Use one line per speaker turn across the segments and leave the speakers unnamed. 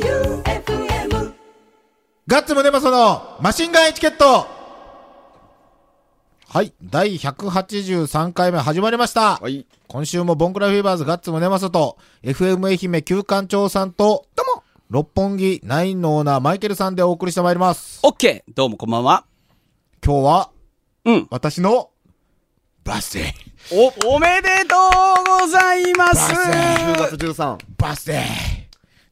J-O-E-U-F-M
ガッツムネマソのマシンガンエチケットはい。第183回目始まりました。
はい。
今週もボンクラフィーバーズガッツムネマソと、FM 愛媛旧館長さんと、どうも六本木ナインのオーナーマイケルさんでお送りしてまいります。
オッケーどうもこんばんは。
今日は、
うん。
私の、バースデー。
お、おめでとうございます
10月13。
バースデー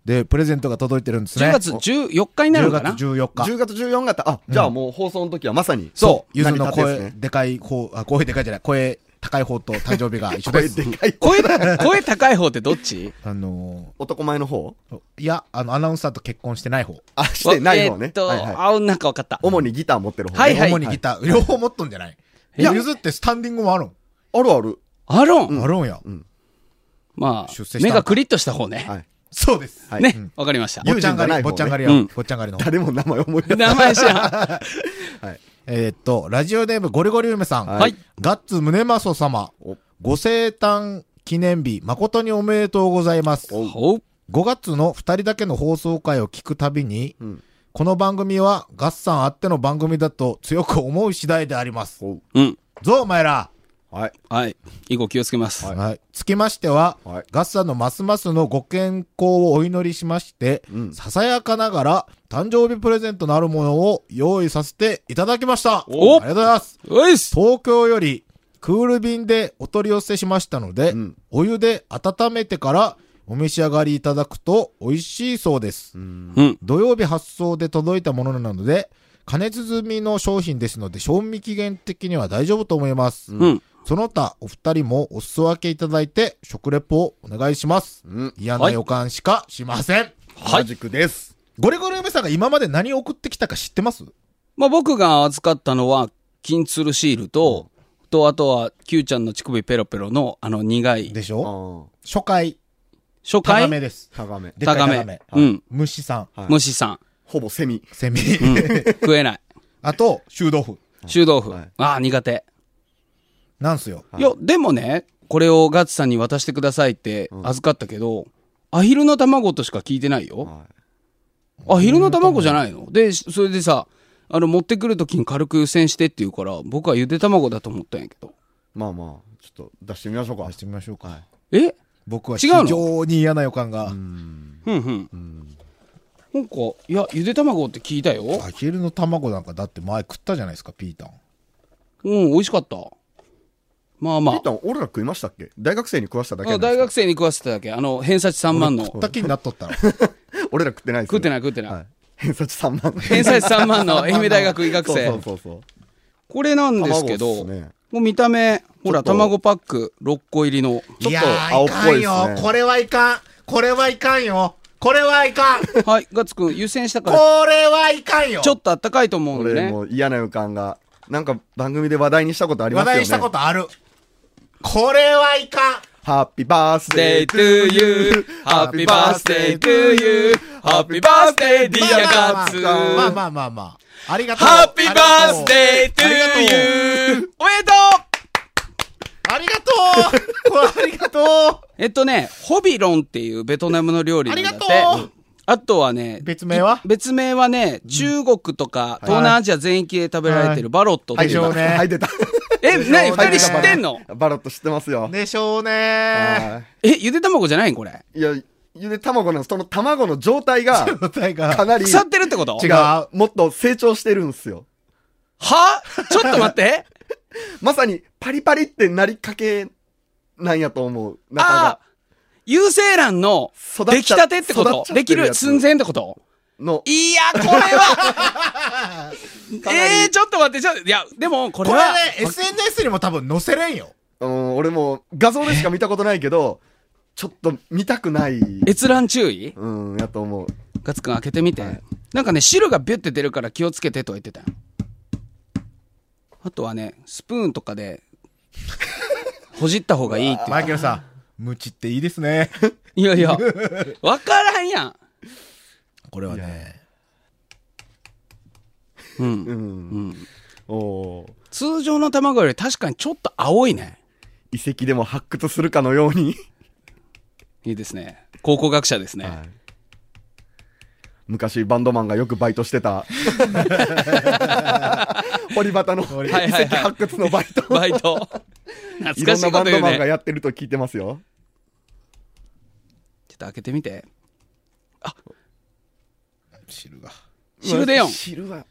で、プレゼントが届いてるんですね。
10月14日になる
10
のか
月
な
14日。
10月14日あ、じゃあもう放送の時はまさに。
そう、ゆず
何
の
立てです
声、
ね。
でかい方、あ、声でかいじゃない、声高い方と誕生日が一緒で
声
す。
でかい。
声、声高い方ってどっち
あの
男前の方
ーいや、あの、アナウンサーと結婚してない方。
あ、してない方
えー
ね
っ。と、
はいはい
あ、なんかわかった。
主にギター持ってる方ね。
はいはい
主にギター、両方持っとんじゃないいや、ゆずってスタンディングもあるん。
あるある。
アロン、
あるんや。
まあ
出世した、んだ
目がクリッとした方ね。
はい。
そうです。
はい。
ね、わかりました。
坊ちゃん狩り、坊
友
ちゃん
人じ
狩り
ゃ
い方ね
よ。坊ちゃん狩りの。
誰も名前思い出せない。
名前知らん。
えーっと、ラジオネームゴリゴリ梅さん。
はい
ガッツムネマソ様
お。
ご生誕記念日、誠におめでとうございます。
おう
ほう。
5月の2人だけの放送回を聞くたびに、
うん
この番組はガッサンあっての番組だと強く思う次第であります。
おう
うん。
ぞ、お前ら、
はい。
はい。以後気をつけます。
はいつきましては、
はい
ガッサンのますますのご健康をお祈りしまして、
うん
ささやかながら誕生日プレゼントのあるものを用意させていただきました。
お
ありがとうございます。
おいっす
東京よりクール便でお取り寄せしましたので、
うん
お湯で温めてからお召し上がりいただくと美味しいそうです。
うん。
土曜日発送で届いたものなので、加熱済みの商品ですので、賞味期限的には大丈夫と思います。
うん。
その他、お二人もお裾分けいただいて、食レポをお願いします。
うん。
嫌
は
ない予感しかしません。
はい
マジックです。
ゴリゴリ梅さんが今まで何を送ってきたか知ってます
まあ僕が扱ったのは、金鶴シールと、と、あとは、キューちゃんの乳首ペロペロの、あの、苦い。
でし
あ
ょ
ー
初回、
初
タガ
回
メです。
高め。
でっかいタガ
タ
メ。
ガメうん
虫さん、
はい
虫さん。
ほぼセミ。
セミ。
食えない。
あと、臭豆腐。
臭豆腐。
はい
ああ、苦手。
なんすよ。
いや、でもね、これをガッツさんに渡してくださいって預かったけど、アヒルの卵としか聞いてないよ。
はい
アヒルの卵じゃないので、それでさ、あの、持ってくるときに軽く湯煎してって言うから、僕はゆで卵だと思ったんやけど。
まあまあ、ちょっと出してみましょうか
出し。てみましょうか。
え
僕は
違
非
うの
常に嫌な予感が。
ふんふん。なんか、いや、ゆで卵って聞いたよ。
アヒルの卵なんかだって前食ったじゃないですか、ピータン。
うん、美味しかった。まあま
ピー
あ
タン、俺ら食いましたっけ大学生に食わしただけ
あ。大学生に食わせただけ、あの、偏差値3万 の。
食った気になっとったら。
俺ら食ってないです
食
ね。
ってない食ってない。
はい。偏差値3万。
偏差値3万の愛媛大学医学生。
そうそうそうそう。
これなんですけど、
卵っすね
もう見た目、
ち
ほ
ょ
ら、
っと
卵パック6個入りの。
ちょっと青っぽいっすね
いやーいかんよ。これはいかん。これはいかんよ。これはいかん。こ
はい、ガッツくん、湯煎したから、
れはいかんよ。
ちょっとあったかいと思うんで
俺
ね
も。う嫌な予感が。なんか番組で話題にしたことありま
話
すよね。
題にしたことある。これはいかん。
ハッピーバースデ
Day
ー
to you, Happy birthday to you, Happy birthday dear
まあ
Guts,
まあまあまあまあまあ。ありがとう。あ
Happy birthday
りがと
to
う
you! おめでとう
ありがとうこれありがとう
えっとね、ホビロンっていうベトナムの料理なんだって。
ありがとう
うんあとはね、
別名はい
別名はね、中国とか東南アジア全域で食べられてるバロットって
でし
いう。
ょうね
はい、出た。
え、なに
でしょうね
二人知ってんの
バロット知ってますよ。
でしょうね
は
え、ゆで卵じゃないんこれ。
い。いや、ゆで卵の、その卵の状態が、
状態
か
が。
なり、
腐ってるってこと
違う
もっと成長してるんすよ。
はちょっと待って。
まさに、パリパリってなりかけ、なんやと思う。 中
ああ
が、、
有精卵の
育っちゃ
出来たてってこ
育っ
と
ちゃってるやつ
できる寸前ってこと
の、
いや、これは
かなり
ええー、ちょっと待って、ちょっと、いや、でも、これ
これ
は、
ね、SNS にも多分載せれんよ。
うん、俺も画像でしか見たことないけど、ちょっと見たくない、
閲覧注意
うん、やと思う。
ガツくん開けてみて、なんかね、汁がビュって出るから気をつけてとは言ってたよ。あとはね、スプーンと かで、ほじった方がいいって言
マ
っ
イケルさん、ムチっていいですね。
て。いやいや、わからんやん。
これはね。
うん。
うん。おー
通常の卵より確かにちょっと青いね。
遺跡でも発掘するかのように。
いいですね。考古学者ですね。
はい昔バンドマンがよくバイトしてた 堀端の
堀
遺
端
跡発掘のバイト
バイ ト。懐
い
か
ろ
し
んな
いこ
バ
と
ン
言
ド
う
マンが
ね。
やってると聞いてますよ
ちょっと開けてみて。
汁が。
汁でよん。
汁は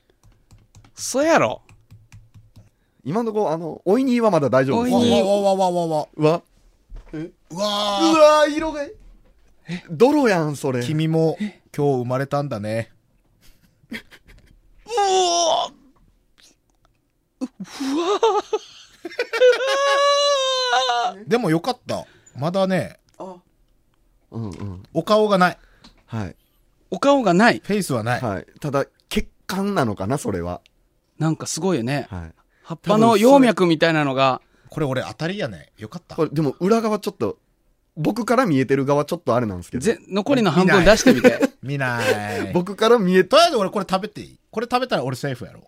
そうやろ。
今のところあのおいにはまだ大丈夫です
お
わ
いに
わわわわわわ。
うわ
う
う
わー
わ色が泥やんそれ
君も今日生まれたんだね。
うおー
でもよかった。まだね、
うんうん
お顔がない。
はい
お顔がない。
フェイスはない。
はいただ血管なのかなそれは
なんかすごいよね。
はい
葉っぱの葉脈みたいなのが、
これ俺当たりやね。よかった。
これでも裏側ちょっと僕から見えてる側ちょっとあれなんですけど
ぜ残りの半分出してみて。
見ない。とり
僕から見えた
あえず俺これ食べていいこれ食べたら俺セーフやろ。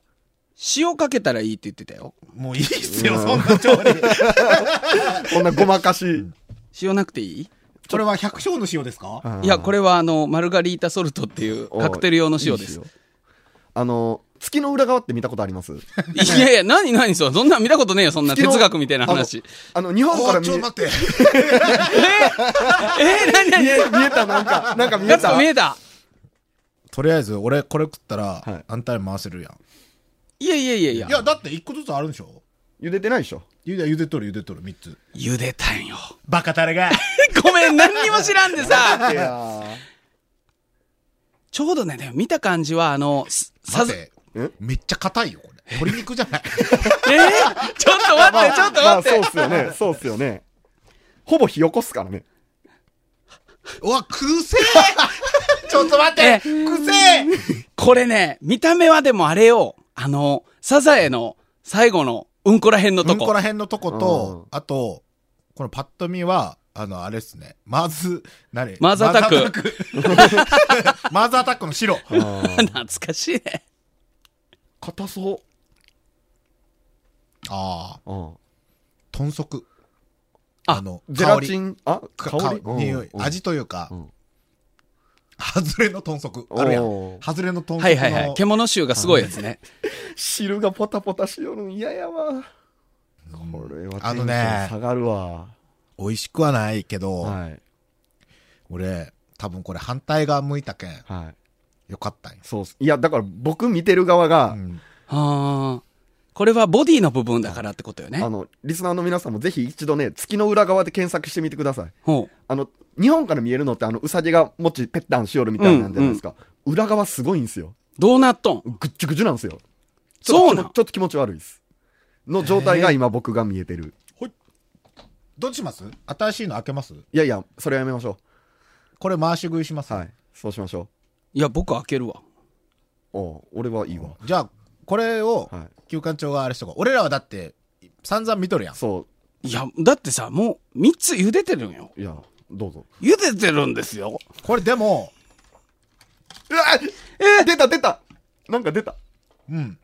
塩かけたらいいって言ってたよ。
もういいっすよ、そんな調理。
こんなごま かし
塩なくていい
これは百姓の塩ですか
いや、こ
れ
れはあの、マルガリータソルトっていうカクテル用の塩です。
あの月の裏側って見たことあり ます
いやいや、何何それそんなん見たことねえよ、そんな
月の
哲学みたいな話。
あの日本から
お
見
ち
え
ょっと待って。
えー、何
見
何
え見えたなん かなんか見え
やつ
た
見えた。
とりあえず俺これ食ったら、
はい
あんたに回せるやん。
いやいやいやいや
い。や、だって一個ずつあるんでしょ
茹でてないでしょ
ゆで、ゆでとるゆでとる三つ。
茹でたんよ。
バカタレ が。
ごめん、何にも知らんでさ。
いや
ちょうどね、でも見た感じは、あの、すさ
待
ず、
っ
え
て
え。
めっちゃ硬いよ、これ。鶏肉じゃ ない。
ーちょっと待って、ちょっと
まあ
待
そうっ
っ。
てすよねそうっすよねほぼ火起こす からね
うわ、くせえ ちょっと待って
え
くせえ
これね、見た目はでもあれよ、あの、サザエの最後のうんこら辺の
う
と
んこ
こ。
ら辺のとこと、あと、このパッと見は、あの、あれっすね。まず、何
マザータッ
ク。 マザータックの白。
懐かしいね。
硬そ
ああ、
ううん
豚足。
あ
の、
ゼラチ
ン。
ンあ
か
香り
香り匂い。
うん
味というか
うん、
ハズレの豚足。あるやん
お。ー
ハズレの豚足の。
はいはいはい。獣臭がすごいやつね。
汁がポタポタしよるん嫌やわこれは
あの
テンション
ね
下、がるわ
美味しくはないけど、
はい
俺、多分これ反対側向いたけん、
はい
よかったんよ。
そうっすいやだから僕見てる側が、
うん
あーこれはボディの部分だからってことよね
あ。のリスナーの皆さんもぜひ一度ね月の裏側で検索してみてください
ほう。
あの日本から見えるのってあのウサギがもちぺったんしよるみたいなんじゃないですか、裏側すごいんですよ
どうなっとん
ぐっちゅぐちゅなんですよちょっと
そうなん
ちょっと気持ち悪いですの状態が今僕が見えてる
どっちします新しいの開けます
いやいやそれはやめましょ
これ回し食いします
うはいそうしましょ
いや、僕開けるわ。
うおう俺はいいわ
じゃあ、これを
はい、
休館長があれしとこう。俺らはだって、散々見とるやん。
そ
いや、だってさ、もう3つ茹でてるんよ。
ういやどうぞ
茹でてるんですよ。
これでも、
うわえ出た出たなんか出た
うん。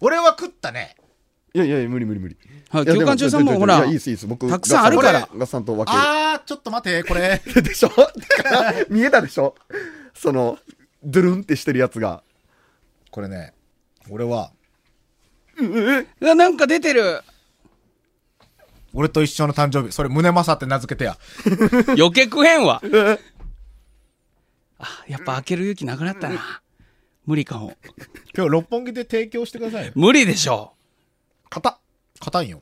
俺は食ったね。
いやいやいや無理無理無理
はい
いやでも
教官中さんも
いや
ほら
いやいいですいいです僕
たくさんあるから
ガッサンと分ける
あー、ちょっと待て、こ れ。
でしょだから見えたでしょその、ドゥルンってしてるやつが。
これね、俺は、
あなんか出てる。
俺と一緒の誕生日、それ、胸正って名付けてや。
余計食えんわ。あ、やっぱ開ける勇気なくなったな。無理かも。
今日、六本木で提供してくださいよ。
無理でしょ
硬っ硬いんよ。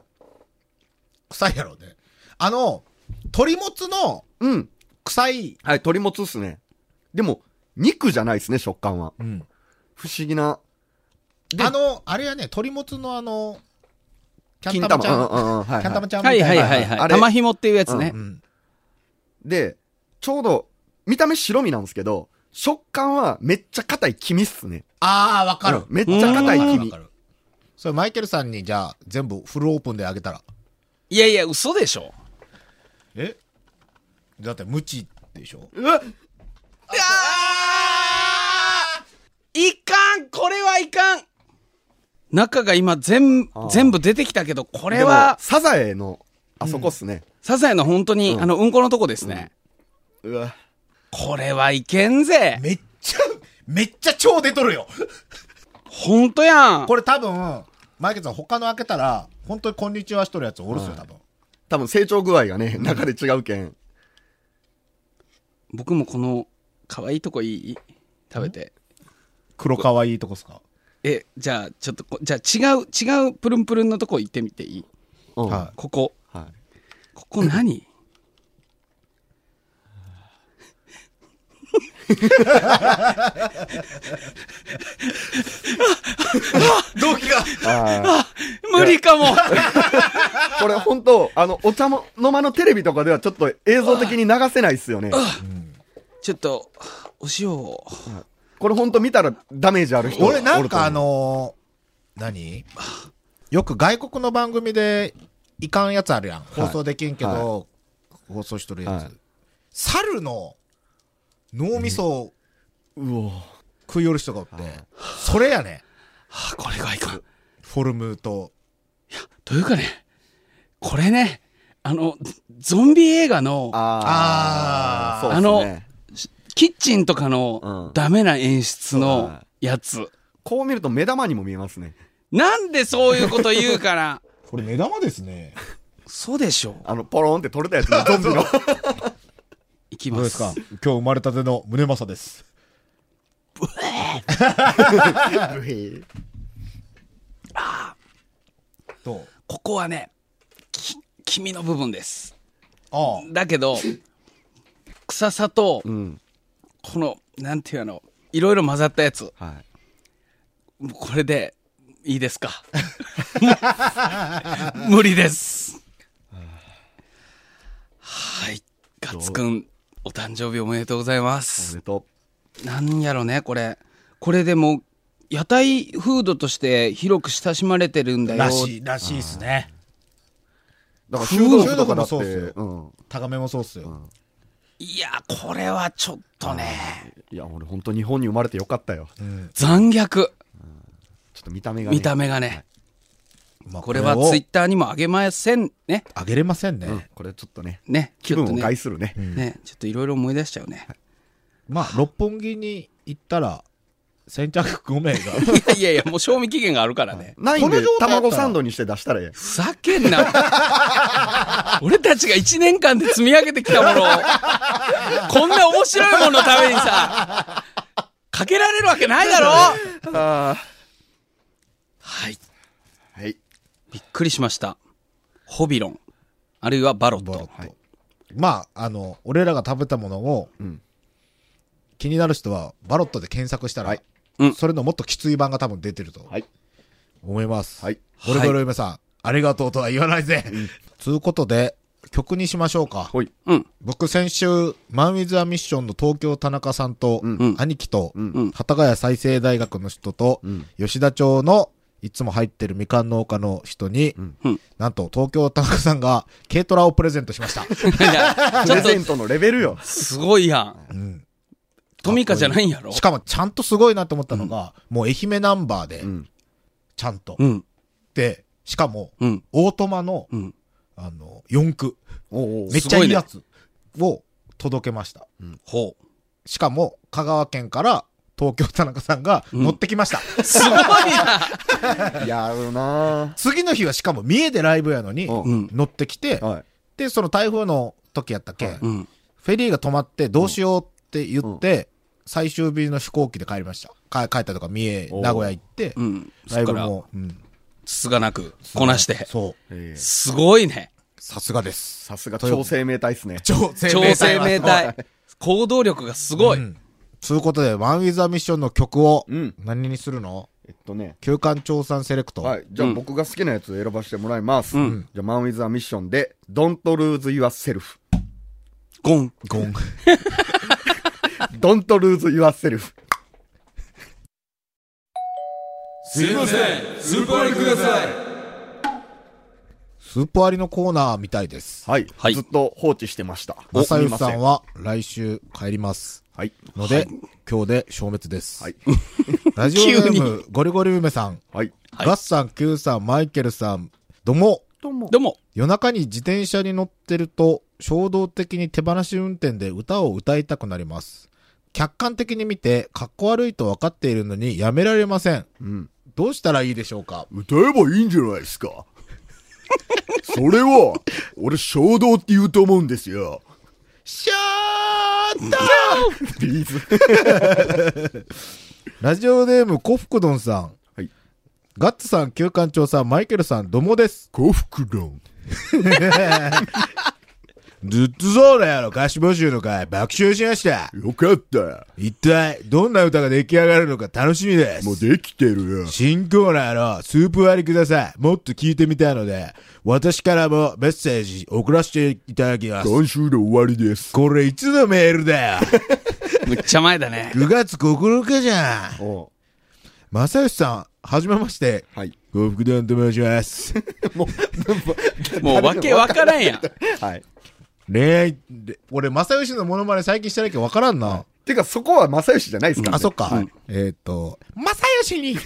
臭いやろうね。あの、鳥もつの
うん。
臭い、
はい、鳥もつっすね。でも、肉じゃないですね、食感は。
うん。
不思議な。
あの、あれやね、鳥もつのあの、キャン
金
タマ
玉。
ちゃん。
うんうんうん。はい、
キャンタマ
は
ちゃ
う。
んみた
はいい
な。
はいはいは
あ
い。
れ
玉紐っていうやつね
う。ん。
い。で、ちょうど、見た目白身なんですけど、食感はめっちゃ硬い黄身っすね。
ああ、わかる
うん。めっちゃ硬い黄
わ
身
か。る。それ、マイケルさんに、じゃあ、全部フルオープンであげたら。
いやいや、嘘でしょ。
えだって、無知でしょ
うわ
いかんこれはいかん中が今全
あ、ー
全部出てきたけど、こ
こ
れは、
サザエの、あそこっすね。
サザエの本当に、
うん
あの、うんこのとこですね。
うわ。
これはいけんぜ。
めっちゃ、めっちゃ超出とるよ。
ほんとや ん。
これ多分、マイケルさん他の開けたら、本当にこんにちはしとるやつおるっすよ、多分。
多分成長具合がね、中で違うけん。
僕もこの、可愛いとこいい食べて。
黒かわいいとこっすか。
え、じゃあ、ちょっとこ、じゃあ違う、違うプルンプルンのとこ行ってみていい
うん
は
ここ。
はい。
ここ何
動機が。
あ
無理かも
ーこれ本当あの、お茶の間のテレビとかではちょっと映像的に流せないっすよね。
ちょっと、お塩を。
これ本当見たらダメージある 人。
俺なんかあ
おると思う、
のー、何よく外国の番組で、いかんやつあるやん。放送できんけど、放送しとるやつ。
はい
猿の脳みそを
うお
食い寄る人がおって、それやね。
はあ、これがいかん。
フォルムと。
というかね、これね、あの、ゾンビ映画の、
あー
あー
そうっすね。
キッチンとか
う
の
ん
ダメな演出
そう
の
だ
やつ。
こう見ると目玉にも見えますね。
なんでそういうこと言うから
これ目玉ですね。
そうでしょ
あの、ポロンって取れたやつの ゾンビの。
いき
どう
ま。
ですすか今日生まれたての胸正です。どう
ここはね、き、黄身の部分です。
あ
だけど、臭さと、
うん。
この、なんていうの、いろいろ混ざったやつ。
はい。
もうこれで、いいですか 無理です。はい。ガッツくん、お誕生日おめでとうございま
お
す
め。でと
なんやろね、これ。これでも、屋台フードとして広く親しまれてるんだ
あ。
よ。
らしい、らしいっすね。
う。だから、
フー
中
ド
毒とかだって、
中毒もそうっすよ
うん。
高めもそうっすよ。
いや、これはちょっとね、
いや、俺本当日本に生まれてよかったよ。
残虐。
ちょっと見た目がね。
見た目がね。
まあ
これはツイッターにもあげませんね。
あげれません
うん
ね。。
これちょっとね、
ね。
気分を害
ちょ
するね。
っとねね、ちょっといろいろ思い出しちゃうね。
まあ、六本木に行ったら、先着5名 が。
いやいやいや、もう賞味期限があるからね。
ないん
この
で
状、態だったら
卵サンドにして出したらえ
ふざけんな。 俺たちが1年間で積み上げてきたものを、こんな面白いもののためにさ、かけられるわけないだろ
え。あ
はい。
あ。はい。
びっくりしました。ホビロン。あるいはバロッ
ボロ
ト。
ッと。まあ、あの、俺らが食べたものを
うん、
気になる人は、バロットで検索した
は
ら
い
うん、
それのもっときつい版が多分出てると
はい。
思います。
はい。
ゴリゴリ梅さん、ありがとうとは言わないぜ。つうことで、曲にしましょうか。
ほい。
うん。
僕先週、マン・ウィズ・ア・ミッションの東京田中さんと、
ん
兄貴と、
ん
幡ヶ谷再生大学の人と、吉田町の、いつも入ってるみかん農家の人に、
うん
なんと東京田中さんが軽トラをプレゼントしました。
いやち
プ
ょ
レ
っ
ゼント
と、
のレベルよ。
すごいやん。
うん
トミカじゃないんやろ
しかもちゃんとすごいなと思ったのが、もう愛媛ナンバーで、
ん
ちゃんと。
うん。
で、しかも、
うん。
オートマの、
うん。
あの、4区、
お
めっちゃいいやつを届けました。
ほう。
しかも、香川県から東京田中さんが乗ってきました。
すごいな。
やるな
次の日はしかも三重でライブやのに、
う
うん。
乗ってきて
ぁ。、はい。
で、その台風の時やったっけ、
はい
うん。
フェリーが止まってどうしようって言って、最終日の飛行機で帰りました。か帰ったとか三重、
おう
名古屋行って
う、ん。
ラ
そ
イ
っか
ブ
ら、
も、うん
つつがなく、こなして。
そう。
ええ
すごいね。
さすがです。
さすが超生命体っすね。
超生
超
命
生
体は
命体。行動力がすごい。
うんということで、ワンウィザーミッションの曲を
うん、
何にするの
えっとね。
休館調査セレクト。
はい。じゃあ僕が好きなやつを選ばせてもらいます。じゃあ、マン・ウィズ・ア・ミッションで、Don't Lose Yourself。
ゴン。
ゴン。
Don't Lose Yourself。
すいませんスーパーにください
スープ割りのコーナーみたいです。
はい。
はい
ずっと放置してました。
正義さ
すい
ん
ま
は来週帰ります。
せんはい。
ので、今日で消滅です。
はい
ラジオネー
急
ム、ゴリゴリ梅さん、
はい。
ガッさん、キューさん、マイケルさん、どうも、
どうも。
どうも。
夜中に自転車に乗ってると、衝動的に手放し運転で歌を歌いたくなります。客観的に見て、かっこ悪いと分かっているのにやめられません。
うん。
どうしたらいいでしょうか
歌えばいいんじゃないですか。 それは、俺衝動って言うと思うんですよ。
しゃー
ビーズ。
ラジオネーム、コフクドンさん。
はい
ガッツさん、旧館長さん、マイケルさん、どもです。
幸福論。
ずっとそうだよ、歌詞募集の会、爆笑しました。
よかった。
一体、どんな歌が出来上がるのか楽しみです。
もうできてるよ。
新コーナーのスープ割りください。もっと聞いてみたいので、私からもメッセージ送らせていただきます。
今週で終わりです。
これいつのメールだよ。
むっちゃ前だね。
9月9日じゃん。
お
正義さん、はじめまして。
はい。
幸福団と申します。
もうわけわからんやん。
はい。
恋愛で、俺、正義のモノマネ最近してないけど分からんな。
てか、そこは正義じゃないですからね、
あ、そっか。
はい
えーっと、 正義に、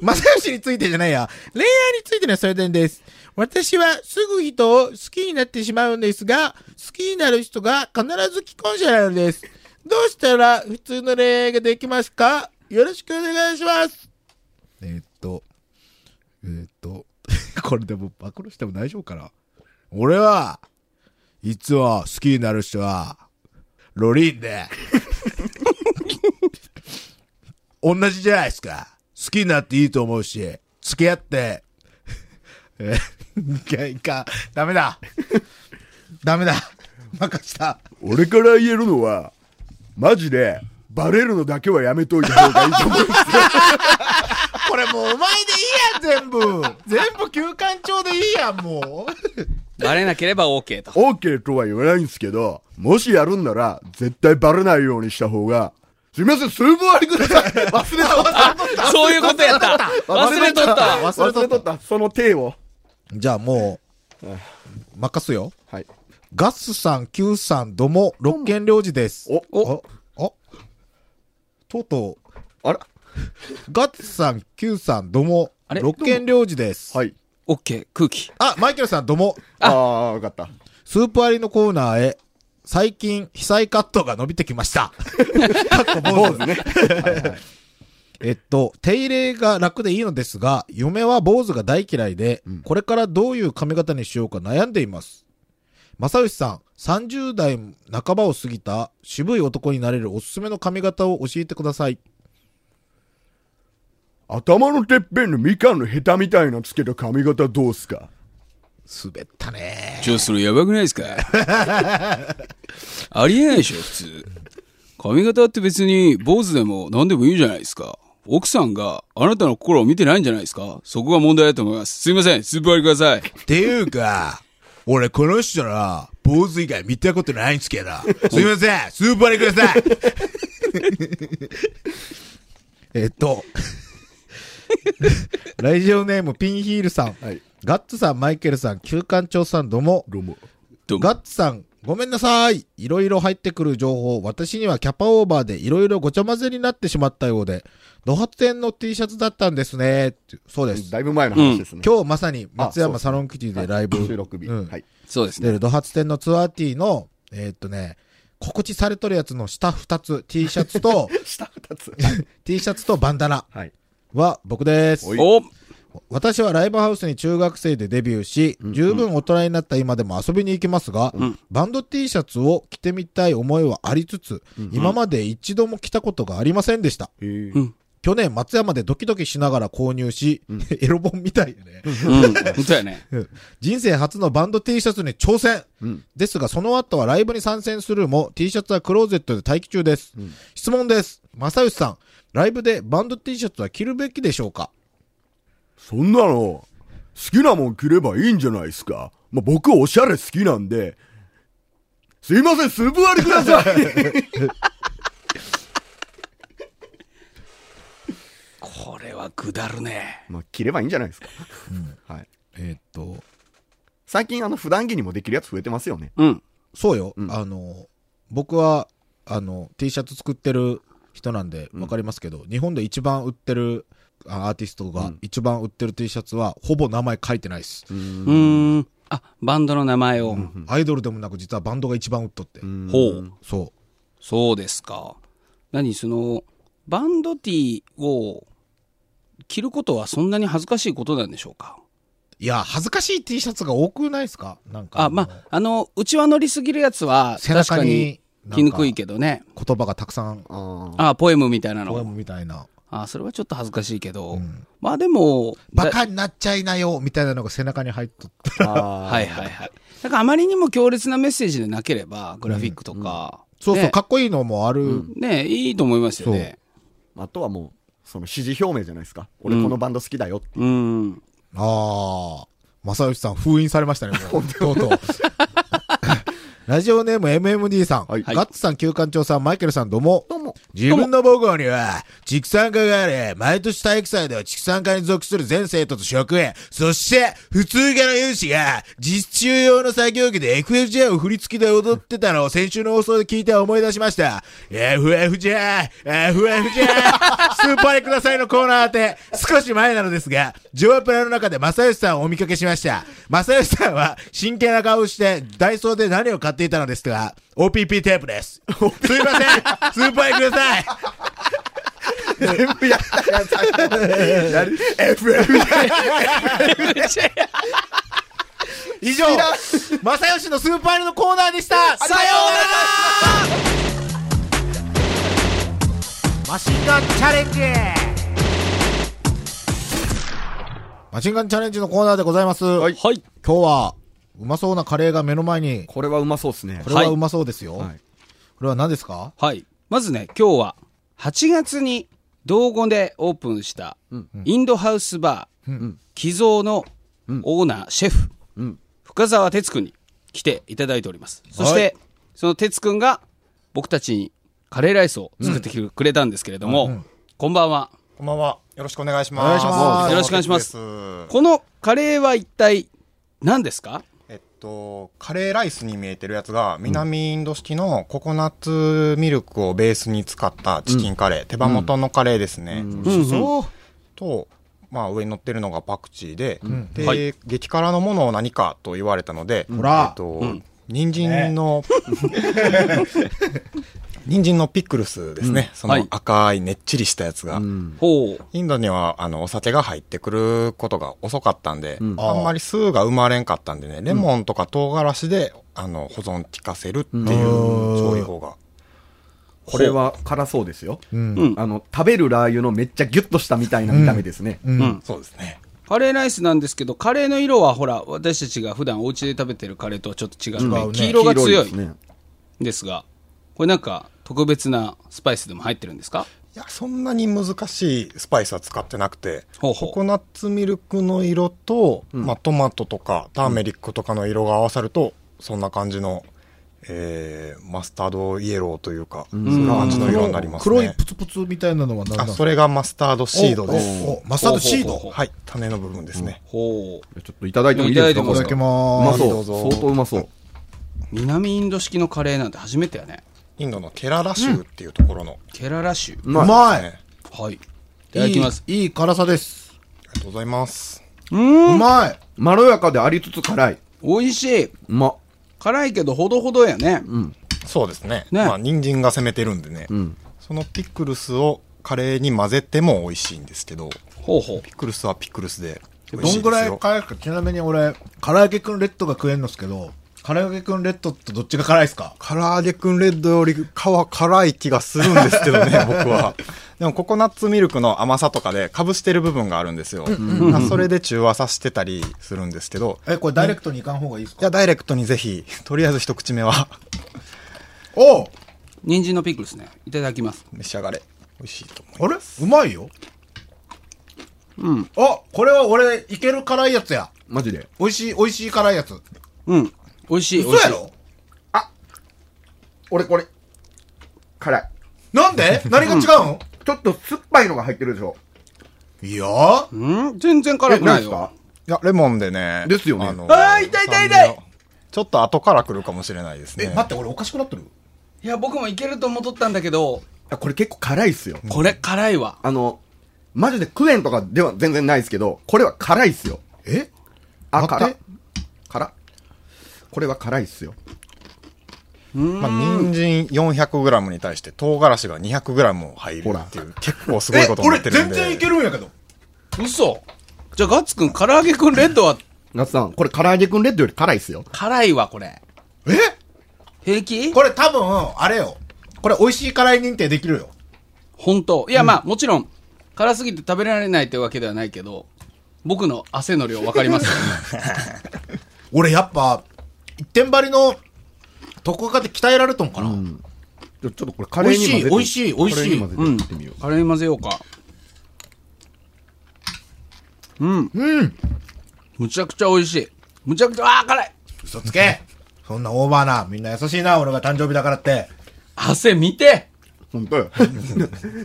正義についてじゃないや。恋愛についての相談です。私はすぐ人を好きになってしまうんですが、好きになる人が必ず既婚者なのです。どうしたら普通の恋愛ができますかよろしくお願いします。えーっと、えーっと、 これでも暴露しても大丈夫かな俺は、いつも好きになる人は、ロリンで、同じじゃないですか。好きになっていいと思うし、付き合って、えー、いかんいかん、ダメだ。ダメだ。任した。
俺から言えるのは、マジで、バレるのだけはやめといた方がいいと思う。
これもうお前でいいやん、全部。全部休館長でいいやん、もう。
バレなければ OK と。
OK とは言わないんですけど、もしやるんなら、絶対バレないようにした方が、すいません、数分ありください。 忘れとった。
そういうことやった。忘れとった。
忘れとった
た。その手を。
じゃあもう、任すよ。
はい。
ガスさん、キューさん、ども、六軒領事です。
お、
お、
お、お、とうとう、
あら。
ガッツさん、キューさん、ども
あ、れ
六軒領事です。
はい。
OK、空気。
あ、マイケルさん、ども、
ああー、わかった。
スープ割りのコーナーへ、最近、被災カットが伸びてきま した。
坊主ね。
えっと、手入れが楽でいいのですが、嫁は坊主が大嫌いで、これからどういう髪型にしようか悩んでいます。正義さん、30代半ばを過ぎた渋い男になれるおすすめの髪型を教えてください。
頭のてっぺんのみかんのヘタみたいなつけた髪型どうすか
滑ったね
ちょ、それやばくない ですかありえないでしょ、普通。髪型って別に坊主でも何でもいいじゃないですか。奥さんがあなたの心を見てないんじゃないですかそこが問題だと思います。すいません、スープ割りください。
っていうか、俺この人ら、坊主以外見たことないんすけど。すいません、スーパーにください えっと、ラジオネームピンヒールさん。
はい
ガッツさん、マイケルさん、旧館長さん、どうも。
どうも。
どうも
ガッツさん、ごめんなさい。いろいろ入ってくる情報、私にはキャパオーバーでいろいろごちゃ混ぜになってしまったようで、ド発展の T シャツだったんですね。ってそうです。
だいぶ前の話ですね。
今日まさに松
あそう
山
です
サロンキティでライブ、
収録日。
うん
はい。
そうですね。
出るドハツ店のツアーティーの、えーっとね、告知されとるやつの下2つ、T シャツと、
下二つ。
T シャツとバンダナ
はい。
は僕です。
お
私はライブハウスに中学生でデビューし、十分大人になった今でも遊びに行きますが、バンド T シャツを着てみたい思いはありつつ、今まで一度も着たことがありませんでした。
うん。
去年松山でドキドキしながら購入し、 エロ本みたいでね。
うん。本当やね。
人生初のバンド T シャツに挑戦、
うん
ですがその後はライブに参戦するも T シャツはクローゼットで待機中です、質問です正義さんライブでバンド T シャツは着るべきでしょうか
そんなの、好きなもん着ればいいんじゃないですか。まあ、僕おしゃれ好きなんで、すいません、スープ割りください
これはぐだるね。
まあ、着ればいいんじゃないですか。はい。
えーっと
最近、あの、普段着にもできるやつ増えてますよね。
うん。
そうよ、あの僕はあの T シャツ作ってる人なんで分かりますけど、日本で一番売ってるあアーティストが一番売ってる T シャツはほぼ名前書いてないです、
うーん。あ、バンドの名前を。
アイドルでもなく実はバンドが一番売っとって。
ほう。
そ
そうですか。何その、バンドティーを着ることはそんなに恥ずかしいことなんでしょうか
う。いや、恥ずかしい T シャツが多くないですかなんか。
あ、まあ、あの、うちわ乗りすぎるやつは、
背
確
中
かに
に
着にくいけどね。
言葉がたくさん、
あ、ポエムみたいな
ポエ
の。
ムみたいな。
あ、それはちょっと恥ずかしいけど。まあでも、
バカになっちゃいなよみたいなのが背中に入っとって。
だはいはいはい。だからあまりにも強烈なメッセージでなければ、グラフィックとか。
そうそう、
ね
かっこいいのもある。
ねいいと思いますよね。
あとはもう、その支持表明じゃないですか。俺このバンド好きだよって。
うん。
ああ。正義さん封印されましたね、もう。とうとう。ラジオネーム MMD さん、
はい
ガッツさん、旧館長さん、マイケルさん、どうも。
どうも。
自分の母校には、畜産科があり、毎年体育祭では畜産科に属する全生徒と職員、そして、普通科の有志が、実習用の作業着で FFJ を振り付きで踊ってたのを先週の放送で聞いて思い出しました。FFJ、FFJ、スーパーでくださいのコーナー宛て、少し前なのですが、ジョアプラの中で正義さんをお見かけしました。正義さんは、真剣な顔をして、ダイソーで何を買っていたのですが、OPP テープです。すいません、スーパーへください。
全部やったやさっきのやる FM
以上、正義のスーパーへのコーナーでした。さようならマシンガンチャレンジマシンガンチャレンジのコーナーでございます。
はい
はい。
今日は、うまそうなカレーが目の前に、
これはうまそうっすね
これはうまそうですよ。
はい
これは何ですか
はい。まずね、今日は、8月に道後でオープンした、インドハウスバー、寄贈のオーナー、シェフ、深澤哲くんに来ていただいております。そして、
はい
その哲くんが、僕たちにカレーライスを作ってきてくれたんですけれども、こんばんは。
こんばんは。よろしくお願いします。
お願いします
よろしくお願いします
どうもです
このカレーは一体何ですか
えっと、カレーライスに見えてるやつが、南インド式のココナッツミルクをベースに使ったチキンカレー、手羽元のカレーですね。
そう。
と、まあ上に乗ってるのがパクチーで、で、
はい
激辛のものを何かと言われたので、
ほら
えっと、人参の、 人参のピクルスですね。そ
はい
の赤いねっちりしたやつが。
ほう。
インドには、あの、お酒が入ってくることが遅かったんで、あんまり酢が生まれんかったんでね、レモンとか唐辛子で、あの、保存効かせるっていう調理法が。
これは辛そうですよ、
ん
あの食べるラー油のめっちゃギュッとしたみたいな見た目ですね、
そうですね。
カレーライスなんですけど、カレーの色はほら、私たちが普段お家で食べてるカレーとはちょっと違って、
うん
黄色が
黄色
強い
で。すね
ですが、これなんか特別なスパイスでも入ってるんですか
いや、そんなに難しいスパイスは使ってなくて、
ほうほう
ココナッツミルクの色と、まあ、トマトとか、ターメリックとかの色が合わさると、そんな感じの、えー、マスタードイエローというか、そういう感じの色になりますね。
黒いプツプツみたいなのは何な
あ、
んです
それがマスタードシードです。
おおマスタードシー
ほうほう
ド
ほ
はい、種の部分ですね。
ほう。
ちょっといただいてもいいですか
い
いただき
うま
ます。
そう
どうぞ
相当うまそう
南インド式のカレーなんて初めてやね。
インドのケララ州っていうところの、
ケララ州。
う
う
い
まい。
ね
はい。いただきます。
いい。いい辛さです。
ありがとうございます。
うまい。
まろやかでありつつ辛い
美味しい。
うま
辛いけどほどほどやね。
そうですね。
ね
まあ、人参が攻めてるんでね、そのピクルスをカレーに混ぜても美味しいんですけど、
ほうほう。
ピクルスはピクルスで
ど
美味しい
ん
ですよ。
ぐらい辛いか、ちなみに俺、唐揚げくんレッドが食えんのっすけど、唐揚げくんレッドってどっちが辛いっすか
唐揚げくんレッドより皮辛い気がするんですけど ね、僕は。でもココナッツミルクの甘さとかでかぶしてる部分があるんですよ。まあそれで中和させてたりするんですけど、
え、これダイレクトにいかん方がいいっす
い
か
や、ダイレクトにぜひ、とりあえず一口目は
おう
人参のピクルスね。いただきます。
召し上がれ。美味しいと思います。
あれうまいよ。うん。あ、これは俺、いける辛いやつや。
マジで
美味しい、美味しい辛いやつ。
うん。美味しい。美
嘘
味し
や
い。
ろ
俺これ辛い
なん で何が違うん
ちょっと酸っぱいのが入ってるでしょ
いやー
うん全然辛
え
くな
何
い
です
よ
か。
いや、レモンでね。
ですよね
の
あー痛い痛い痛い
酸味がちょっと後から来るかもしれないです
え、
ね。
待って、俺おかしくなってる
いや、僕もいけると思っとったんだけど、
あこれ結構辛いっすよ
これ辛いわ。
あのマジでクエンとかでは全然ないですけどこれは辛いっすよ
え
あ
待っ
辛
て
辛これは辛いっすよ。
まあ、人参 400g に対して唐辛子が 200g 入るっていう結構すごいことになってるんで
るんやけど。
嘘じゃあガッツくん、唐揚げくんレッドは
夏さん、これ唐揚げくんレッドより辛いっすよ。
辛いわ、これ。
え
平気
これ多分、あれよ。これ美味しい辛い認定できるよ。
本当いや、まあ、もちろん、辛すぎて食べられないってわけではないけど、僕の汗の量わかり ます。
俺やっぱ、一点張りの特化化で鍛えられとんかな。
ちょっとこれカレーに混ぜて
美味しい美味しい美味しい
カレーに
う
混
ん
ぜてみよう。。
カレーに混ぜようか。うん。うん。むちゃくちゃ美味しい。むちゃくちゃ、あー辛い
嘘つけ。そんなオーバーな、みんな優しいな、俺が誕生日だからって。
汗見て
本当よ。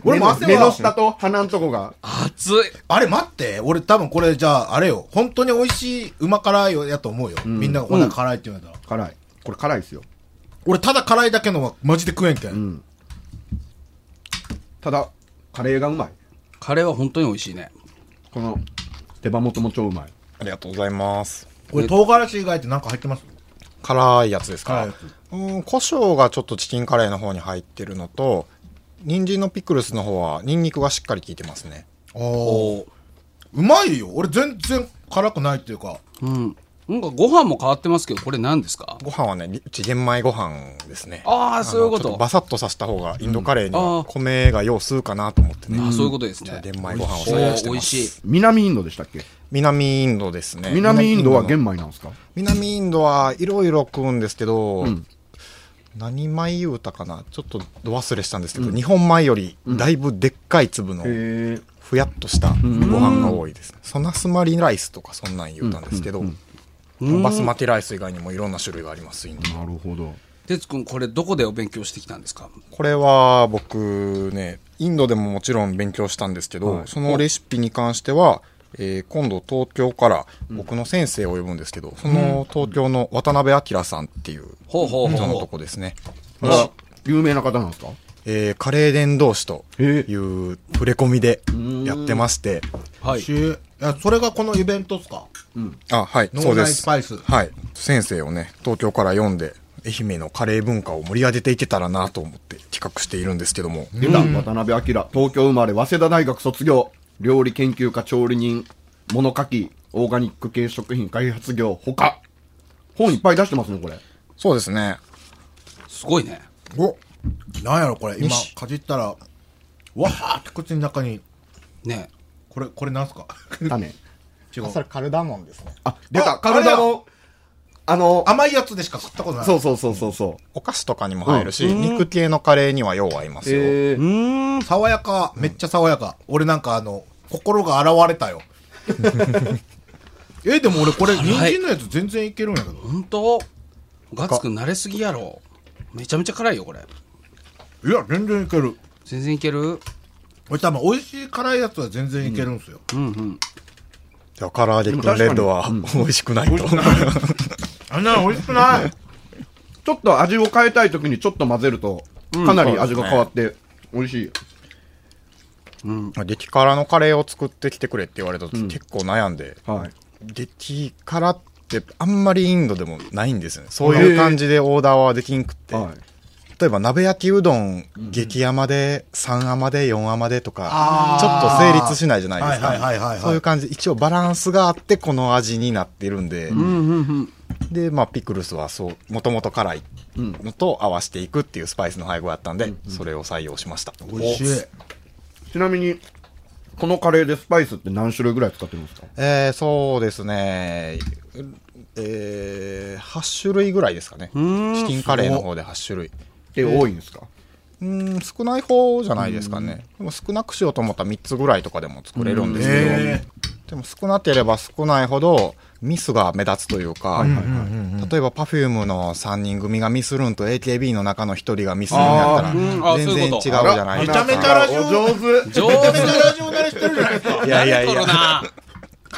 俺も汗は目の下と鼻のとこが。
熱い
あれ待って、俺多分これじゃあ、あれよ。本当に美味しい、うま辛いよやと思うよ。みんながこんな辛いって言うんだったら。
辛い。これ辛いっすよ。
俺ただ辛いだけのはマジで食えんけん。
ただ、カレーがうまい。
カレーは本当に美味しいね。
この、手羽元も超うまい。
ありがとうございます
これ唐辛子以外ってなんか入ってます
辛いやつです
辛い
か
や
うん胡椒がちょっとチキンカレーの方に入ってるのと人参のピクルスの方はニンニクがしっかり効いてますね
お
おー
うまいよ。俺全然辛くないっていうか。
うん。なんかご飯も変わってますけど、これ何ですか
ご飯はねうち玄米ご飯ですね
ああ、そういうこ
あのちょっ
と。
バサッとさした方がインドカレーに
うんあ
は
ー
米がよう吸うかなと思ってね、
あそういうことですね。
玄米ご飯を
お
採用し
ー
て
美
ま
味
す
しい。
南インドでしたっけ
南インドですね
南インドは
南
玄米なんですか
南インドはいろいろ食うんですけど、何米言うたかなちょっとど忘れしたんですけど、日本米よりだいぶでっかい粒の
へえ。
ふやっとしたご飯が多いですね、ソナスマリライスとかそんなん言うたんですけど、バスマティライス以外にもいろんな種類がありますインド
なるほど。
哲くん、これどこでお勉強してきたんですか
これは僕ねインドでももちろん勉強したんですけど、そのレシピに関しては、えー今度東京から僕の先生を呼ぶんですけど、その東京の渡辺明さんっていう
ほうほうほう
人の
ほ
と
う。
こですね、
これは有名な方なんですか
えーカレー伝道師とい
へ
う触れ込みでやってまして
はい。
しいや、それがこのイベントっすか
あはい
ノ
そ
ー
う
ナ
で
イ
す
スパイス。
はい先生をね東京から読んで愛媛のカレー文化を盛り上げていけたらなと思って企画しているんですけども、
出た、渡辺明。東京生まれ、早稲田大学卒業。料理研究家調理人。物書き。オーガニック系食品開発業。他。本いっぱい出してますね、これ。
そうですね
すごいね。
おなんやろこれ。今
よし、
かじったら、わーって口の中に、
ね
これ、これなんすか
種。
違う。
れカルダモンですね
あ、出た。
あ
カルダの、あの、
甘いやつでしか食ったことない。
そうそうそうそうそう。
お菓子とかにも入るし、肉系のカレーにはよう合いますよ、
えー、
爽やか、めっちゃ爽やか。俺なんかあの、心が現れたよ。 え、でも俺これ、人参のやつ全然いけるんやけど。
ほんとガッツくん慣れすぎやろ。めちゃめちゃ辛いよ、これ。
いや、全然いける。
全然いける
俺多分、美味しい辛いやつは全然いけるんすよ。
うんうん。
だから唐揚げくんレッドは 美味しくないと、
あんなの美味しくない
ちょっと味を変えたいときにちょっと混ぜると、かなり味が変わって、美味しい。
激辛のカレーを作ってきてくれって言われた時、結構悩んで
はい。
激辛ってあんまりインドでもないんですよねそういう感じでオーダーはできんくって、
はい。
例えば鍋焼きうどん激甘で3甘で4甘でとかちょっと成立しないじゃないで す
はいはいはいはいは
か
い
そういう感じ一応バランスがあってこの味になってるんで、
うんうんうん。
で、まあ、ピクルスはそう、もともと辛いのと合わせていくっていうスパイスの配合やったんで、それを採用しました。
美味しい。
ちなみに、このカレーでスパイスって何種類ぐらい使ってるんですか
えー、そうですね。えー、8種類ぐらいですかね。チキンカレーの方で8種類。
って多いんですか、
うーん、少ない方じゃないですかね。でも少なくしようと思ったら3つぐらいとかでも作れるんですけど、
へ
でも少なければ少ないほどミスが目立つというか、例えば Perfume の3人組がミスるんと AKB の中の1人がミスるんやった
あーうんあ
ら、全然違
そういうこと
うじゃない
め
で
ちゃ
す
めち
か。
ゃラジオ、め
上手
上
ちゃめ
手
ちゃラジオ慣れしてるじゃないですか。
いやいやい
コロ
や、
ナ。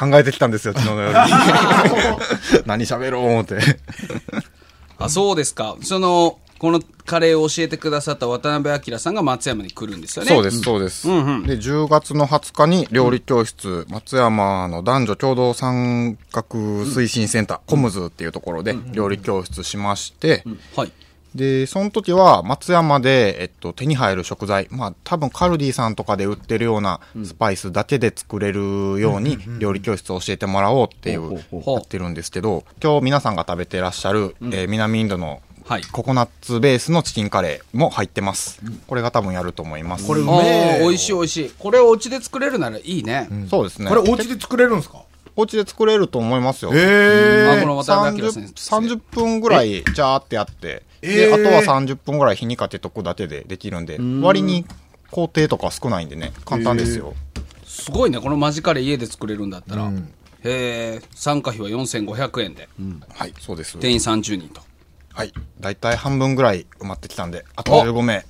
考えてきたんですよ、昨日の夜。 何喋ろう思って。
あ、そうですか。その、このカレーを教えてくださった渡辺明さんが松山に来るんですよね。
そうです、そうです。で、10月の20日に料理教室、松山の男女共同参画推進センター、コムズっていうところで料理教室しまして、
はい。
で、その時は松山で、えっと、手に入る食材、まあ多分カルディさんとかで売ってるようなスパイスだけで作れるように料理教室を教えてもらおうっていう、や
ほう
ってるんですけど、今日皆さんが食べてらっしゃる、えー南インドの
はい
ココナッツベースのチキンカレーも入ってます。これが多分やると思います。これ
ああ、美味しい美味しい。これをお家で作れるならいいね。
そうですね。
これお家で作れるんですか
お家で作れると思いますよ。
あこの渡辺明先
30,
生。
30分ぐらいジャーってやって、
え
であとは30分ぐらい火にかけとくだけでできるんで割に工程とか少ないんでね簡単ですよ、
すごいね、このマジカレー家で作れるんだったら。へえ、参加費は4500円で、
はいそうです
定員30人と。
はい大体半分ぐらい埋まってきたんであと
お
15名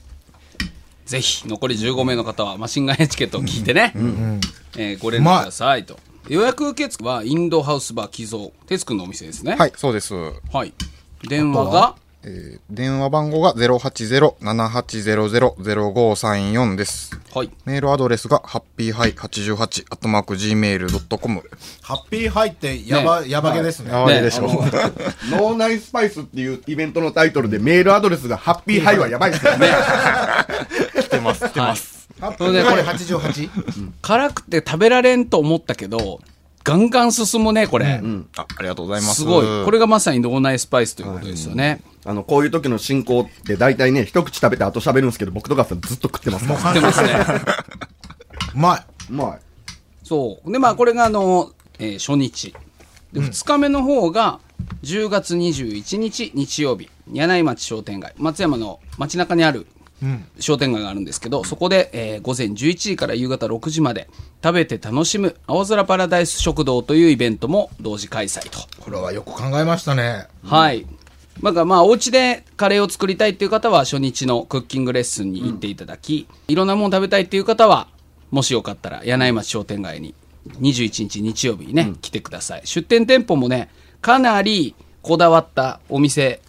ぜひ、残り15名の方はマシンガンエチケットを聞いてね、えーご連
うまい
絡くださいと。予約受付はインドハウスバー寄贈、哲くんのお店ですね。。
はいいそうです、
はい。電話が、
えー電話番号が080-7800-0534です
はい。
メールアドレスがハッピーハイ88 gmail.com
ハッピーハイってやば、
ね
やばげですね。
あれでしょう、
脳内スパイスっていうイベントのタイトルでメールアドレスがハッピーハイはやばいっすよね。
はい。
ハ
そうねこれ
88。
辛くて食べられんと思ったけど、ガンガン進むね、これ。
あありがとうございます
すごい。これがまさに脳内スパイスということですよね。
あの、こういう時の進行って大体ね、一口食べて後喋るんですけど、僕とかさんずっと食ってますから。
食ってます ね。
うまい。
うまい。
そう。で、まあ、これが、あの、えー初日。で、2日目の方が、10月21日、日曜日、柳井町商店街、松山の街中にある商店街があるんですけど、そこで、えー午前11時から夕方6時まで、食べて楽しむ青空パラダイス食堂というイベントも同時開催と。
これはよく考えましたね。
はい。まあ、まあ、お家でカレーを作りたいっていう方は、初日のクッキングレッスンに行っていただき、いろんなもの食べたいっていう方は、もしよかったら、柳井町商店街に、21日日曜日にね、来てください。出店店舗もね、かなりこだわったお店、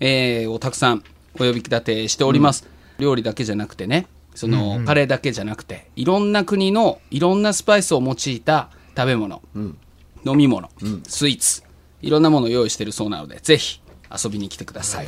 えーをたくさんお呼び立てしております。料理だけじゃなくてね、その、カレーだけじゃなくて、いろんな国のいろんなスパイスを用いた食べ物、飲み物、スイーツ、いろんなものを用意してるそうなので、ぜひ遊びに来てください。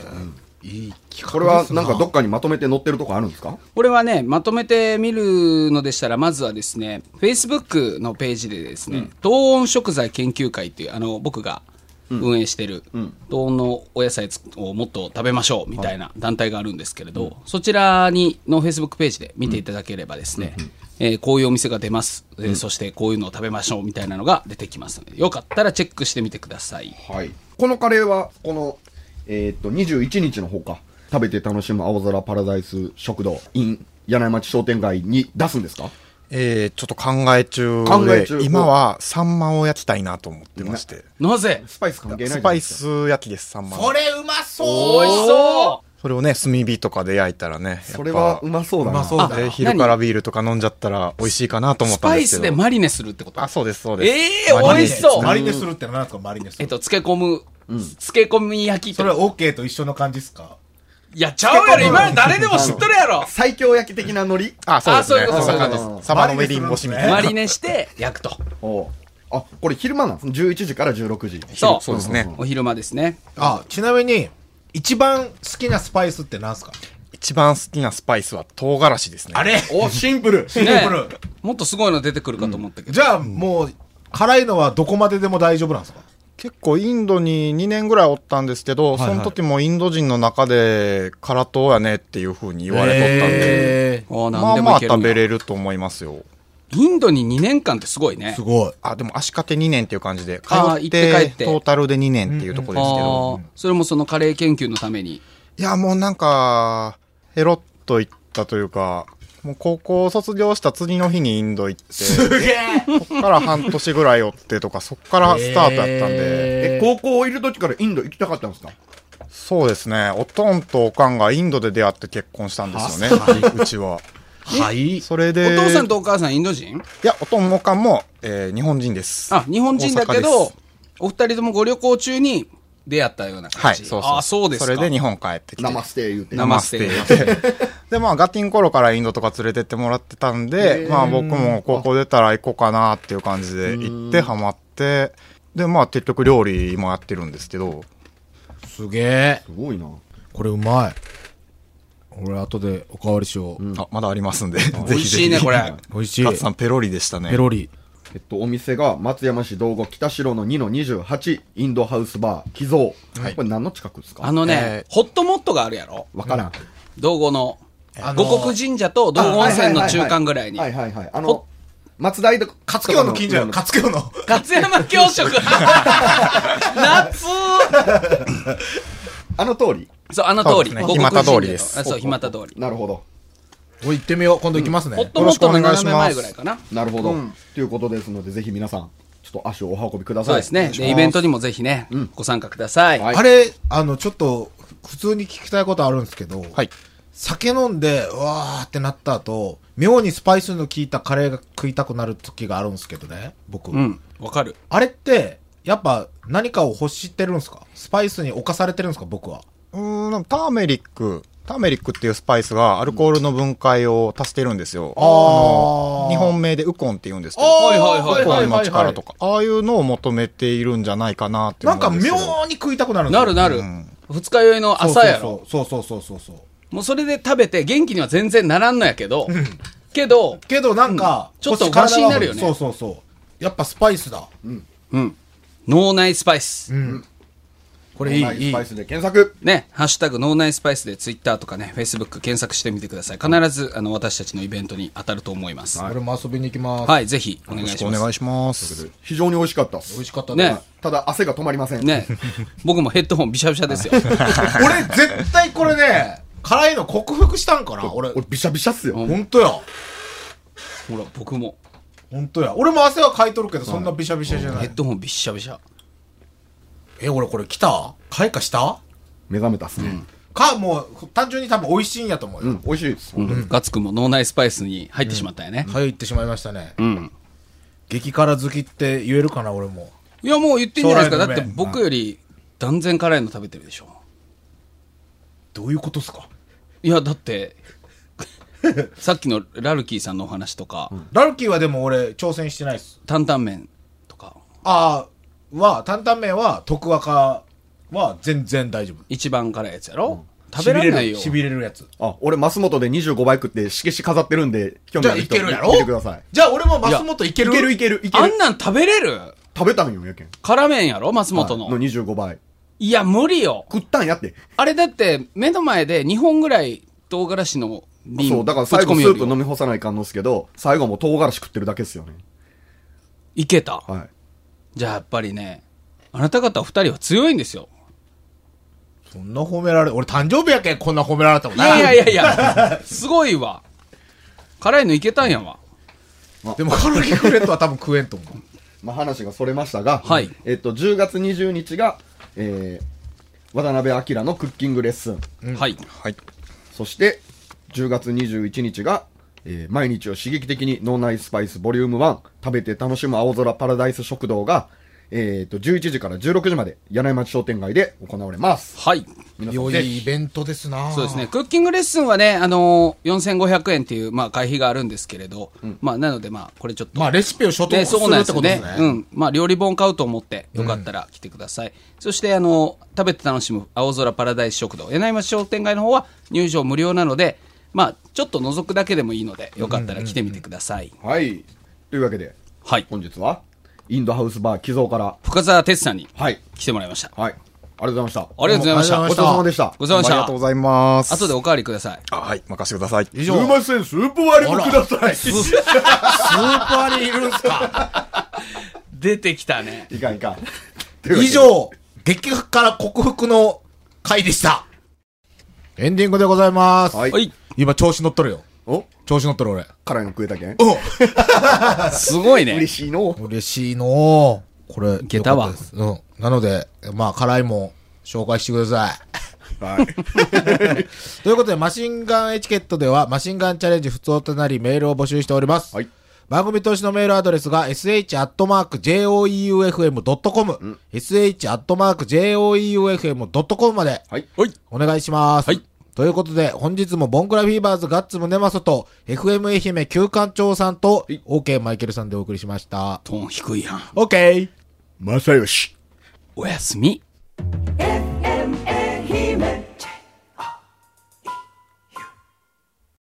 これはなんかどっかにまとめて載ってるとこあるんですか
これはね、まとめてみるのでしたら、まずはですね、Facebook のページでですね、東温食材研究会っていう、あの、僕が運営してる、東温のお野菜をもっと食べましょうみたいな団体があるんですけれど、そちらに、の Facebook ページで見ていただければですね、えーこういうお店が出ます、えーそしてこういうのを食べましょうみたいなのが出てきますので、よかったらチェックしてみてください。
はい。このカレーは、この、えーっと、21日の方か。食べて楽しむ青空パラダイス食堂 in 柳井町商店街に出すんですか
えー、ちょっと考え中で
考え中
今はサンマを焼きたいなと思ってまして
なぜ
スパイス関係ないじゃ
ス
な
パ
い
イ
ですか。
ス焼きですサンマ
こ
そ
れうまそう
美味しそう
れをね炭火とかで焼いたらね
それはう
やっ
まそうだな。
うまそうだ
ぱ
な
ね昼からビールとか飲んじゃったら美味しいかなと思っ
ス
たん
パ
で
イ
す
ス
け
で
ど
マリネするってこと
あそうですそうです
ええー、美味しそう
マリネするって何ですかマリネす
えっ
る。
と、漬け込む、漬け込み焼き
そ
と
れは OK と一緒の感じですか
いや、ちゃうやろ今の誰でも知っとるやろ
最強焼き的な海苔
あそうですね
あそういうこと
んな感じ
そういうこ
で
と
すサバのウェディング越しみた い
マ
な
リネして焼くと。
おうあ、これ昼間なんですね。11時から16時。
そう。
そうですね
お昼間 ですね。
あ、ちなみに、一番好きなスパイスって何ですか
一番好きなスパイスは唐辛子ですね
れ
お、シンプル。
シン
ね
プル。
もっとすごいの出てくるかと思ったけど。
じゃあ、もう、辛いのはどこまででも大丈夫なんですか
結構インドに2年ぐらいおったんですけど、その時もインド人の中で辛党やねっていうふうに言われとったんで、
ああ、
ま
なん
あ
で
ま
も
あ
いける
食
ん
べ
や。
れると思いますよ
インドに2年間ってすごいね。
ごい。
あ、でも足かけ2年っていう感じで、通
あー
っ
行って帰
て
っ、て
トータルで2年っていうところですけ
あ
ど
あ、それもそのカレー研究のために。
いや、もうなんか、ヘロっと行ったというか、もう高校を卒業した次の日にインド 行って、そ
すげえ
っから半年ぐらいおってとか、そっからスタートやったんで、
え、高校いる時からインド行きたかったんですか
そうですね、おとんとおかんがインドで出会って結婚したんですよね、うちは。
はい。
それ
お
で、
父さんとお母さんインド人
いや、おとんもおかんも、えー日本人です。
あ、日本人だけ
大阪
ど
です、
お二人ともご旅行中に出会ったような
は
感
い、
じ。
そうそう。
あ、そうですか。
それで日本帰ってきて。
ナマステ言うて。
ナマステ
ナマステ で、まあ、ガティン頃からインドとか連れてってもらってたんで、まあ、僕も高校出たら行こうかなっていう感じで行って、ハマって、で、まあ、結局料理もやってるんですけど、
すげえ。
すごいな。
これうまい。俺後でおかわりしよう。
あ、まだありますんで、
美
ぜ
味
ひぜ
しい
ひ。
ね、これ。
美味しい。
カツさんペロリでしたね。
ペロリ。
えっと、お店が松山市道後北城の2の28インドハウスバー、寄贈。これ何の近くです
あ
か
のね、ホットモットがあるやろ。
わからん。
道後の。
あのー
五国神社と道後温泉の中間ぐらいに。
はいはいはい。あ
ほ
の、松代と、勝
勝京の近所やろ。勝京の。
勝山教 食夏
あの通り。
そう、あの通り。
そうですね
五国神社
日
と
又通りです
あそう、日又通り。
なるほど。
おい行ってみよう。今度行きますね
ホ。ットモットの斜め前ぐらいかな。
なるほど。ということですので、ぜひ皆さん、ちょっと足をお運びくださ
そ
い。
うですね。で、イベントにもぜひね、ご参加ください。
はい
あれ、あの、ちょっと、普通に聞きたいことあるんですけど、
はい。
酒飲んで、うわーってなった後、妙にスパイスの効いたカレーが食いたくなる時があるんですけどね、僕。
うん、わかる。
あれって、やっぱ何かを欲してるんですかスパイスに侵されてるんですか僕は。
うーん、なんかターメリック。ターメリックっていうスパイスがアルコールの分解を足してるんですよ。あの日本名でウコンって言うんですけど。
はいはいはい
ウコンの力とか。ああいうのを求めているんじゃないかなって思
な
うんんで
か
すけど。
妙に食いたくなるんです
な
よ
るなる。二日酔いの
そう
朝やろ。
そうそうそうそうそうそう。
もうそれで食べて元気には全然ならんのやけど、けど、
けどなんか、
うんちょっと
こち
マシになるよね
体がそうそうそう。やっぱスパイスだ。
うん、脳内スパイス。
こ
オ
れい
ン
い
ライン、
い
ス
い
パイ。スで検索。
ね、ハッシュタグ脳内スパイスでツイッターとかね、フェイスブック検索してみてください。必ず、あの、私たちのイベントに当たると思います。は
俺も遊びに行きます。
い、ぜひ、お願いし
お
ます。
願いします。
非常に美味しかったっす
美味しかった
ね
ね。
ただ、汗が止まりません。
ね、僕もヘッドホンびしゃびしゃですよ。
俺絶対これね、辛いの克服したんかな俺、
俺、びしゃびしゃっすよ。
ほんとや。
ほら、僕も、
ほんとや。俺も汗はかいとるけど、そんなびしゃびしゃじゃな
ヘ
い
ッ。ドホンびっしゃびしゃ。
え、俺これ来た開花した
目覚めたっすね。
か、もう、単純に多分美味しいんやと思う
う
よ。
ん、美味しいです。
ガッツくんも脳内スパイスに入ってしまったよね。
入ってしまいましたね。
うん。
激辛好きって言えるかな、俺も。
いや、もう言ってんじゃないですか。
将
だ
来の
って
夢
僕より断然辛いの食べてるでしょ。
どういうことっすか
いや、だ って、さっきのラルキーさんのお話とか、
ラルキーはでも俺、挑戦してないっす。
担々麺とか、
あーは、担々麺は、徳若は全然大丈夫。
一番辛いやつやろ、食べられないよ。
痺れる痺れるやつ。
あ、俺、マスモトで25倍食って、色紙飾ってるんで、興
じ
味
ゃ
あ
あ
る
い
人、
けるやろ
見てください。
じゃあ俺も松本いける
いけるいけるいけ
あ
る
ん。なん食べれる
食べたんよ、やけん。
辛麺やろ松本の、
の25倍。
い。や、無理よ。
食ったんやって。
あれだって、目の前で2本ぐらい唐辛子の瓶
そう、だから最後ス
ぶち込
ー
む
プ
よりは
飲み干さないかんのっすけど、最後はもう唐辛子食ってるだけっすよね。
いけた。
はい。
じゃあやっぱりね、あなた方2人は強いんですよ。
そんな褒められ、俺誕生日やけんこんな褒められたもん
い
な。
やいやいやいや、すごいわ。辛いのいけたんやわ。
でもカロリーフレットは多分食えんと思う。
まあ、話がそれましたが、
はい
えっと、10月20日が、えー、渡辺明のクッキングレッスン。
はい。
はい。
そして、10月21日が、えー毎日を刺激的に脳内スパイスボリューム1、食べて楽しむ青空パラダイス食堂が、えっと、11時から16時まで、柳井町商店街で行われます。
はい。
皆さん
良
ぜ
い
ひ
イベントですな
そうですね。。クッキングレッスンはね、あのー、4500円っていう、まあ、会費があるんですけれど、まあ、なので、まあ、これちょっと。
まあレシピを所得
ね
する
そうなん
って
ですよ
ことで
ね
すね。
うん。まあ、料理本買うと思って、よかったら来てください。そして、あのー、食べて楽しむ青空パラダイス食堂、柳井町商店街の方は入場無料なので、まあ、ちょっと覗くだけでもいいので、よかったら来てみてください。
はい。というわけで、
はい。
本日は、インドハウスバー寄贈から、
深澤哲さんに
はい。
来てもらいました。
はい。ありがとうございました。
ありがとうございました。
あ
ご
り
ち
がと
そ
ござい
ううさま
ま
でした。
ごちそうさまでし
あり
た
がとうございます。
後でおかわりください。
あ、はい。任せてください。
以
す
上、
い
スー
ません、スープ割りもください。
パーにいるんす か
出てきたね。
いかんいかん。
以上、激辛克服の回でした。エンディングでございます。
はい
はい。
今調子乗っとるよ。
お
調子乗っとる俺。
辛いの食えたけん
すごいね。
嬉しいの。
嬉しいのうこれ、い
けたわ
うん。なので、まあ、辛いもん紹介してください。
はい。
ということで、マシンガンエチケットでは、マシンガンチャレンジ不通となり、メールを募集しております。
はい
番組投資のメールアドレスが sh.joeufm.com、sh.joeufm.com まで
はい。
おい。
お願いします。
はい
ということで、本日もボンクラフィーバーズガッツムネマソと、FM 愛媛旧館長さんと、OK マイケルさんでお送りしました。
トーン低いやん。
OK!
まさよし。
おやすみ。
FM